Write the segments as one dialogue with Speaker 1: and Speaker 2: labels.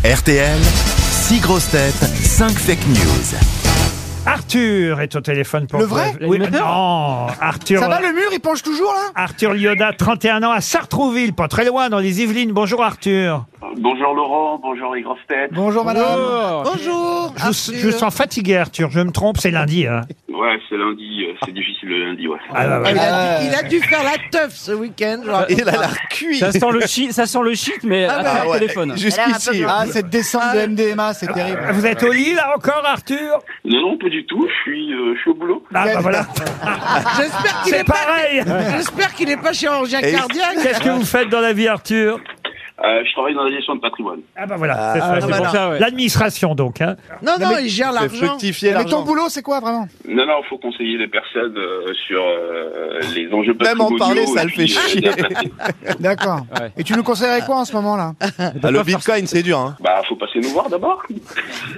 Speaker 1: RTL, 6 grosses têtes, 5 fake news.
Speaker 2: Arthur est au téléphone pour
Speaker 3: Le vrai
Speaker 2: Oui, non, Arthur.
Speaker 3: Ça va le mur, il penche toujours là
Speaker 2: Arthur Lyoda, 31 ans, à Sartrouville, pas très loin, dans les Yvelines. Bonjour Arthur.
Speaker 4: Bonjour Laurent, bonjour les grosses têtes.
Speaker 3: Bonjour madame. Bonjour. Ah,
Speaker 2: Je, vous- je vous sens fatigué Arthur, je me trompe, c'est lundi. hein.
Speaker 4: Ouais, c'est lundi, euh, c'est difficile le lundi, ouais.
Speaker 2: Ah, bah, ouais.
Speaker 3: il, a, Euh, dû- il a dû faire la teuf ce week-end. je rappelle.
Speaker 5: Il a la cuit.
Speaker 6: Ça sent le shit, ça sent le shit, mais
Speaker 3: Ah
Speaker 6: à
Speaker 3: bah,
Speaker 6: travers le
Speaker 5: ouais.
Speaker 6: téléphone.
Speaker 5: Jusqu'ici. Ah,
Speaker 3: Ah, cette descente de MDMA, c'est terrible.
Speaker 2: Vous êtes au lit là encore Arthur
Speaker 4: Non, non, pas du tout, je suis, euh, je suis au boulot.
Speaker 2: Ah bah voilà,
Speaker 3: J'espère qu'il
Speaker 2: c'est
Speaker 3: est ah, pas.
Speaker 2: pareil.
Speaker 3: J'espère qu'il est pas chirurgien
Speaker 5: Et-
Speaker 3: cardiaque.
Speaker 2: Qu'est-ce que vous faites dans la vie Arthur
Speaker 4: Euh, je travaille dans la gestion de patrimoine.
Speaker 2: Ah bah voilà, c'est ça, c'est
Speaker 6: c'est
Speaker 2: bon.
Speaker 6: pour ça, ouais.
Speaker 2: L'administration donc. hein.
Speaker 3: Non, non, il gère
Speaker 5: C'est
Speaker 3: l'argent.
Speaker 5: fructifier
Speaker 3: Mais ton
Speaker 5: l'argent.
Speaker 3: boulot, c'est quoi vraiment
Speaker 4: Non, non, faut conseiller les personnes euh, sur euh, les enjeux
Speaker 5: Même
Speaker 4: patrimoniaux.
Speaker 5: en parler, ça
Speaker 4: et
Speaker 5: le
Speaker 4: puis,
Speaker 5: fait
Speaker 4: euh,
Speaker 5: chier.
Speaker 4: bien placés.
Speaker 3: D'accord.
Speaker 2: Ah,
Speaker 6: Ouais.
Speaker 3: Et tu nous conseillerais quoi en ce moment là
Speaker 5: Ah, le bitcoin, c'est dur. Hein.
Speaker 4: bah, faut passer nous voir d'abord.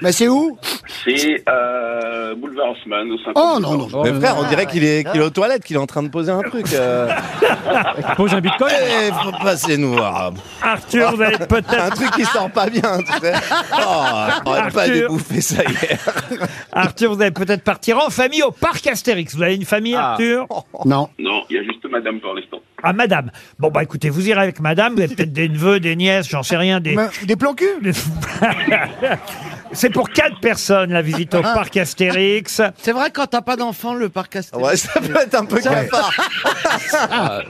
Speaker 3: Bah c'est où
Speaker 4: C'est euh, Boulevard Haussmann au 50.
Speaker 3: Oh non, non.
Speaker 6: Oh,
Speaker 5: Mais
Speaker 6: non,
Speaker 5: frère, on dirait qu'il est, qu'il est aux toilettes, qu'il est en train de poser un truc. Euh...
Speaker 6: non, Pose Ah, un bitcoin.
Speaker 5: Eh, faut passer nous voir.
Speaker 2: Arthur, vous allez
Speaker 5: Un
Speaker 2: peut-être
Speaker 5: truc qui sort pas bien, tu sais. Oh, on aurait pas
Speaker 2: Arthur.
Speaker 5: débouffer ça hier.
Speaker 2: Arthur, vous allez peut-être partir en famille au parc Astérix. Vous avez une famille
Speaker 6: Ah.
Speaker 2: Arthur
Speaker 3: Non.
Speaker 4: Non, il y a juste madame pour l'instant.
Speaker 2: Ah madame. Bon bah écoutez, vous irez avec madame, vous avez peut-être des neveux, des nièces, j'en sais rien, des
Speaker 3: Mais- Des plans cul
Speaker 2: C'est pour quatre personnes la visite au
Speaker 5: Ah.
Speaker 2: parc Astérix.
Speaker 7: C'est vrai, quand t'as pas d'enfant, le parc Astérix.
Speaker 5: Ouais, ça peut être un peu cafard.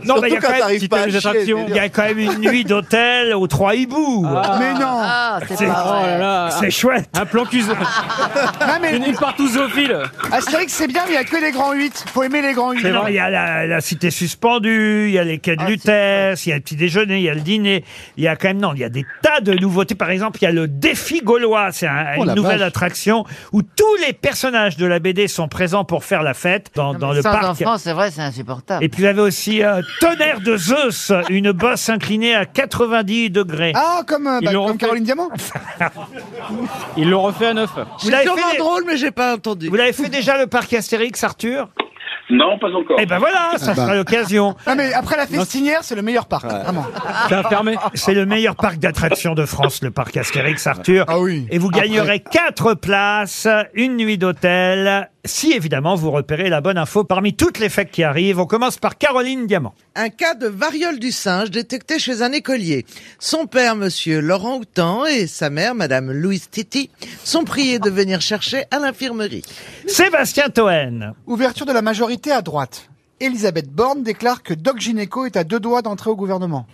Speaker 2: Non, mais il y,
Speaker 5: Surtout
Speaker 2: a
Speaker 5: quand
Speaker 2: quand même-
Speaker 5: t'arrives
Speaker 6: si
Speaker 5: pas
Speaker 6: t'as
Speaker 5: à
Speaker 6: les attractions.
Speaker 5: chier.
Speaker 2: il y a quand même une nuit d'hôtel aux Trois Hiboux.
Speaker 3: Mais non.
Speaker 7: Ah,
Speaker 2: C'est-
Speaker 7: c'est pas
Speaker 6: Oh là
Speaker 7: vrai.
Speaker 6: là.
Speaker 2: C'est chouette.
Speaker 6: Un plan cul.
Speaker 3: Non, mais
Speaker 6: Une île partout zoophile.
Speaker 3: Astérix Ah, c'est bien, mais il y a que les grands 8. Faut aimer les grands 8.
Speaker 2: Non, Il y a la, la cité suspendue, il y a les quais de
Speaker 7: Ah,
Speaker 2: Lutèce, il y a le petit déjeuner, il y a le dîner. Il y a quand même, non, il y a des tas de nouveautés. Par exemple, il y a le défi gaulois. C'est un- une nouvelle attraction où tous les personnages de la BD sont présents pour faire la fête dans, dans le
Speaker 7: Sans
Speaker 2: parc.
Speaker 7: enfant, c'est vrai, c'est insupportable.
Speaker 2: Et puis vous avez aussi euh, Tonnerre de Zeus, une bosse inclinée à 90 degrés.
Speaker 3: Ah, comme, euh,
Speaker 6: Ils
Speaker 3: bah,
Speaker 6: l'ont
Speaker 3: comme
Speaker 6: refait.
Speaker 3: Caroline Diamant.
Speaker 6: Ils l'ont refait à neuf.
Speaker 2: Vous
Speaker 7: C'est
Speaker 2: l'avez
Speaker 7: sûrement
Speaker 2: fait-
Speaker 7: drôle, mais j'ai pas entendu.
Speaker 2: Vous l'avez fait déjà le parc Astérix, Arthur
Speaker 4: Non, pas encore.
Speaker 2: Eh ben voilà, ça sera l'occasion.
Speaker 3: Non, mais après la festinière, c'est le meilleur parc. Vraiment.
Speaker 6: Ça a fermé.
Speaker 2: C'est le meilleur parc d'attractions de France, le parc Astérix, Arthur.
Speaker 3: Ah oui.
Speaker 2: Et vous gagnerez quatre places, une nuit d'hôtel, si évidemment vous repérez la bonne info parmi toutes les fêtes qui arrivent. On commence par Caroline Diamant.
Speaker 7: Un cas de variole du singe détecté chez un écolier. Son père, monsieur Laurent Houtan, et sa mère, madame Louise Titi, sont priés de venir chercher à l'infirmerie.
Speaker 2: Sébastien Toen.
Speaker 3: Ouverture de la majorité à droite. Elisabeth Borne déclare que Doc Gynéco est à deux doigts d'entrer au gouvernement.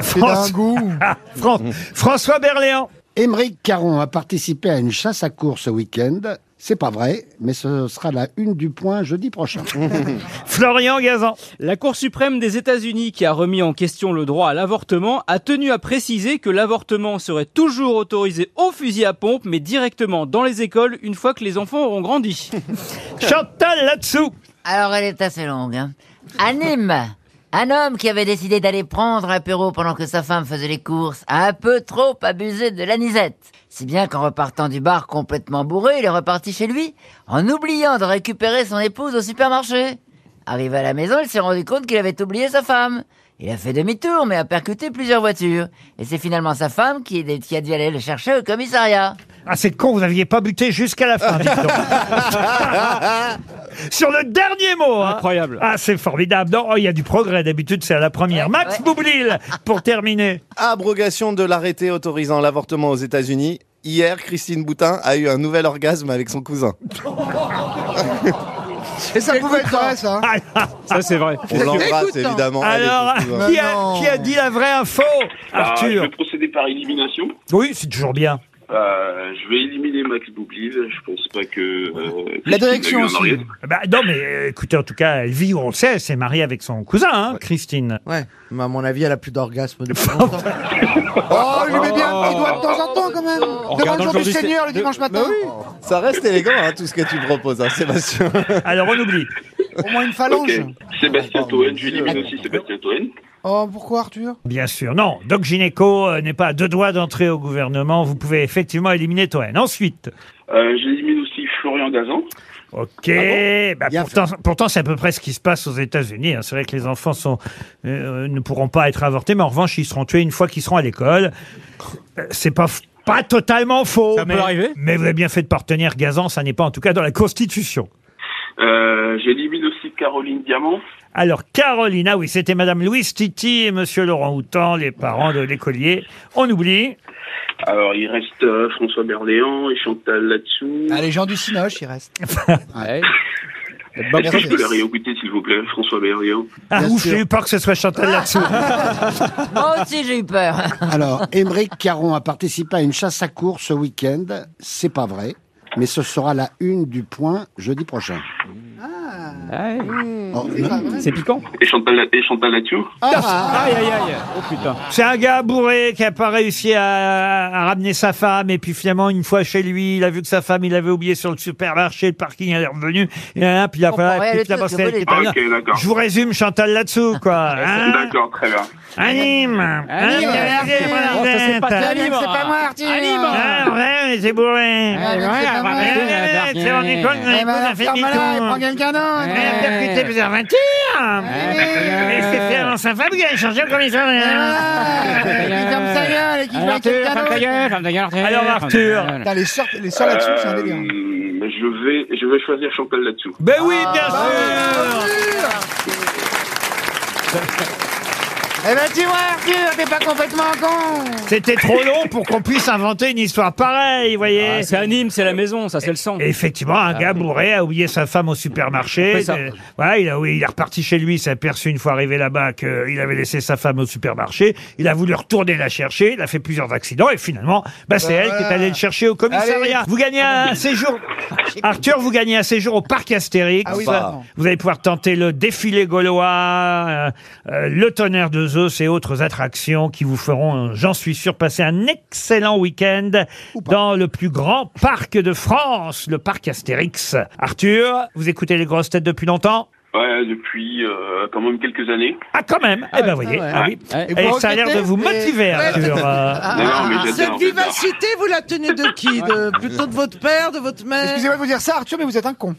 Speaker 3: C'est d'un
Speaker 2: France-
Speaker 3: goût.
Speaker 2: Ah, Fran- François Berléand.
Speaker 8: Émeric Caron a participé à une chasse à course ce week-end. C'est pas vrai, mais ce sera la une du point jeudi prochain.
Speaker 2: Florian Gazan.
Speaker 6: La Cour suprême des États-Unis, qui a remis en question le droit à l'avortement, a tenu à préciser que l'avortement serait toujours autorisé au fusil à pompe, mais directement dans les écoles une fois que les enfants auront grandi.
Speaker 2: Chantal là-dessous.
Speaker 9: Alors, elle est assez longue. Hein. À Nîmes, un homme qui avait décidé d'aller prendre un apéro pendant que sa femme faisait les courses a un peu trop abusé de l'anisette. Si bien qu'en repartant du bar complètement bourré, il est reparti chez lui en oubliant de récupérer son épouse au supermarché. Arrivé à la maison, il s'est rendu compte qu'il avait oublié sa femme. Il a fait demi-tour, mais a percuté plusieurs voitures. Et c'est finalement sa femme qui, est- qui a dû aller le chercher au commissariat.
Speaker 2: Ah, c'est con, vous n'aviez pas buté jusqu'à la fin, dites donc. Sur le dernier mot. hein.
Speaker 6: Incroyable.
Speaker 2: Ah, c'est formidable. Non, oh, il y a du progrès. D'habitude, c'est à la première. Max
Speaker 9: ouais.
Speaker 2: Boublil, pour terminer.
Speaker 5: Abrogation de l'arrêté autorisant l'avortement aux États-Unis. Hier, Christine Boutin a eu un nouvel orgasme avec son cousin.
Speaker 3: Et ça pouvait être vrai, ça.
Speaker 2: Ah,
Speaker 6: Ça, c'est vrai.
Speaker 5: On l'embrasse
Speaker 7: dégoûtant.
Speaker 5: évidemment. Oh, elle et son
Speaker 2: Alors,
Speaker 5: cousin.
Speaker 2: qui
Speaker 3: Mais
Speaker 2: a,
Speaker 3: non.
Speaker 2: qui a dit la vraie info
Speaker 4: Ah, je vais
Speaker 2: Arthur.
Speaker 4: procéder par élimination.
Speaker 2: Oui, c'est toujours bien.
Speaker 4: Euh, je vais éliminer Max Boublil. Je pense pas que. euh, Christine
Speaker 3: La direction
Speaker 4: a eu un
Speaker 3: aussi.
Speaker 4: orgasme.
Speaker 2: Bah, non, mais euh, écoutez, en tout cas, elle vit où on le sait. Elle s'est mariée avec son cousin, hein, Christine.
Speaker 7: Ouais, mais à mon avis, elle a plus d'orgasme depuis longtemps.
Speaker 3: Oh, il lui met bien un petit doigt de temps en temps, quand même. Devant
Speaker 6: regardant
Speaker 3: le jour
Speaker 6: le
Speaker 3: du
Speaker 6: jour du
Speaker 3: Seigneur, le
Speaker 6: Sé-
Speaker 3: dimanche
Speaker 8: Bah
Speaker 3: matin.
Speaker 5: Ça reste élégant hein, tout ce que tu proposes, hein, Sébastien.
Speaker 2: Alors, on oublie.
Speaker 3: Au moins une
Speaker 4: Ok.
Speaker 3: phalange.
Speaker 4: Sébastien Toen, je l'élimine aussi Sébastien Toen.
Speaker 3: Oh, pourquoi, Arthur
Speaker 2: Bien sûr. Non, Doc Gynéco euh, n'est pas à deux doigts d'entrer au gouvernement. Vous pouvez effectivement éliminer Toen. Ensuite.
Speaker 4: Euh, je l'élimine aussi Florian Gazan.
Speaker 2: Ok,
Speaker 6: Ah
Speaker 2: bah, pourtant, pourtant c'est à peu près ce qui se passe aux États-Unis. hein. C'est vrai que les enfants sont, euh, ne pourront pas être avortés, mais en revanche ils seront tués une fois qu'ils seront à l'école. Euh, C'est pas f- pas totalement faux.
Speaker 6: Ça peut
Speaker 2: mais-
Speaker 6: arriver.
Speaker 2: Mais vous avez bien fait de partenaire Gazan, ça n'est pas en tout cas dans la Constitution.
Speaker 4: Euh, J'élimine aussi Caroline Diamant.
Speaker 2: Alors, Carolina, oui, c'était Madame Louise Titi et Monsieur Laurent Houtan, les parents de l'écolier. On oublie.
Speaker 4: Alors, il reste euh, François Berléand et Chantal là-dessous.
Speaker 3: Ah, les gens du Cinoche, il reste.
Speaker 6: Ouais.
Speaker 4: Est-ce que je peux
Speaker 3: Merci.
Speaker 4: la réécouter, s'il vous plaît, François Berléand
Speaker 2: Ah,
Speaker 8: Bien
Speaker 2: ouf,
Speaker 8: sûr.
Speaker 2: j'ai eu peur que ce soit Chantal là-dessous.
Speaker 9: Moi aussi, j'ai eu peur.
Speaker 8: Alors, Émeric Caron a participé à une chasse à course ce week-end. C'est pas vrai, mais ce sera la une du point jeudi prochain.
Speaker 3: Ah.
Speaker 6: Ouais.
Speaker 8: Oh,
Speaker 3: Bah,
Speaker 6: C'est piquant.
Speaker 4: Et Chantal, La- et Chantal là-dessous
Speaker 6: Aïe aïe aïe. Oh putain.
Speaker 2: C'est un gars bourré qui a pas réussi à, à ramener sa femme et puis finalement une fois chez lui, il a vu que sa femme il l'avait oublié sur le supermarché, le parking, elle est revenue. Et là, puis il a
Speaker 9: Comprends
Speaker 2: fallu-
Speaker 9: rien
Speaker 2: puis
Speaker 9: du
Speaker 2: la
Speaker 9: tout,
Speaker 2: bosse,
Speaker 9: c'est
Speaker 2: elle était pas
Speaker 9: volé.
Speaker 2: bah, bien.
Speaker 4: Ok, d'accord.
Speaker 2: Je vous résume Chantal là-dessous quoi. Hein
Speaker 4: D'accord, très bien.
Speaker 2: Anime, anime,
Speaker 6: Oh, ça, c'est pas
Speaker 2: anime,
Speaker 6: terrible.
Speaker 2: Ah, ouais, mais c'est bourré.
Speaker 6: Ouais, ouais, elle
Speaker 2: Ouais,
Speaker 6: va rester, elle va
Speaker 2: ouais, c'est rendu compte,
Speaker 3: Eh
Speaker 6: Eh,
Speaker 2: mais
Speaker 3: ben,
Speaker 2: vous avez fait demi-tour. Eh, Elle a percuté plusieurs voitures.
Speaker 6: Ah,
Speaker 2: Elle s'est fait dans sa femme qui a changé le
Speaker 3: Eh
Speaker 6: Ah.
Speaker 2: commissariat. Alors, Arthur.
Speaker 3: Putain, les sœurs, les
Speaker 8: Ah,
Speaker 3: sœurs là-dessus, c'est un
Speaker 4: Euh,
Speaker 3: délire.
Speaker 4: je, vais, je vais choisir Chantal là-dessous.
Speaker 2: Ben oui,
Speaker 6: Ah,
Speaker 2: bien
Speaker 6: bah
Speaker 2: sûr.
Speaker 3: Eh ben, tu vois, Arthur, t'es pas complètement con.
Speaker 2: C'était trop long pour qu'on puisse inventer une histoire pareille, vous voyez.
Speaker 6: Ah, C'est à Nîmes, c'est la maison, ça c'est le sang.
Speaker 2: Et Effectivement, un gars bourré a oublié sa femme au supermarché.
Speaker 6: C'est ça.
Speaker 2: Euh, voilà, il, a, oui, il est reparti chez lui, il s'est aperçu une fois arrivé là-bas qu'il avait laissé sa femme au supermarché. Il a voulu retourner la chercher, il a fait plusieurs accidents et finalement, bah, c'est elle qui est allée le chercher au commissariat. Vous gagnez
Speaker 3: Ah,
Speaker 2: un séjour. Arthur, vous gagnez un séjour au parc Astérix.
Speaker 3: Ah oui,
Speaker 2: Vous-
Speaker 3: vraiment.
Speaker 2: vous allez pouvoir tenter le défilé gaulois, euh, euh, le tonnerre de Zeus et autres attractions qui vous feront, euh, j'en suis sûr, passer un excellent week-end dans le plus grand parc de France, le parc Astérix. Arthur, vous écoutez les grosses têtes depuis longtemps
Speaker 4: Ouais, depuis euh, quand même quelques années.
Speaker 2: Ah quand même Eh ben voyez, ah oui.
Speaker 6: Ouais.
Speaker 2: Et ça a l'air de vous motiver, Arthur. euh.
Speaker 4: Non, non, mais j'adore,
Speaker 7: ah, Cette
Speaker 4: j'adore.
Speaker 7: vivacité, vous la tenez de qui de, Plutôt de votre père, de votre mère
Speaker 3: Excusez-moi de vous dire ça, Arthur, mais vous êtes un con.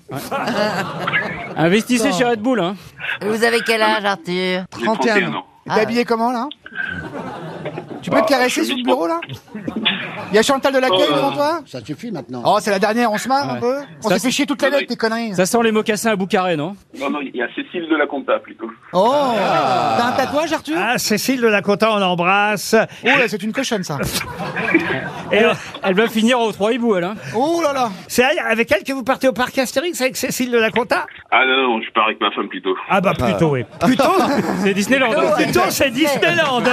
Speaker 6: Investissez chez Red Bull. Hein.
Speaker 9: Vous avez quel âge, Arthur
Speaker 4: J'ai
Speaker 7: 31 ans.
Speaker 3: T'es
Speaker 6: Ah.
Speaker 3: habillé comment, là Tu peux
Speaker 4: Bah,
Speaker 3: te caresser
Speaker 4: chemise
Speaker 3: sous le bureau, là Il y a Chantal de l'accueil
Speaker 4: Oh,
Speaker 3: devant toi
Speaker 8: ça suffit maintenant.
Speaker 3: Oh, c'est la dernière, on se marre un
Speaker 6: Ouais.
Speaker 3: peu On
Speaker 6: Ça,
Speaker 3: s'est fait
Speaker 6: c'est-
Speaker 3: chier toute la nuit avec tes conneries.
Speaker 6: Ça sent les mocassins à Boucaré, non
Speaker 4: Non, non, il y a Cécile de la Compta plutôt.
Speaker 3: Oh T'as un tatouage, Arthur
Speaker 2: Ah, Cécile de la Cotta, on l'embrasse.
Speaker 3: Oh là, c'est une cochonne, ça.
Speaker 2: Et euh,
Speaker 6: Elle va finir aux trois hiboux, elle. Hein.
Speaker 3: Oh là là
Speaker 2: c'est elle- avec elle que vous partez au parc Astérix, avec Cécile de la Cotta
Speaker 4: Ah non, non, je pars avec ma femme plutôt.
Speaker 2: Ah bah plutôt, oui. Plutôt
Speaker 6: C'est Disneyland. hein.
Speaker 2: Plutôt, c'est Disneyland.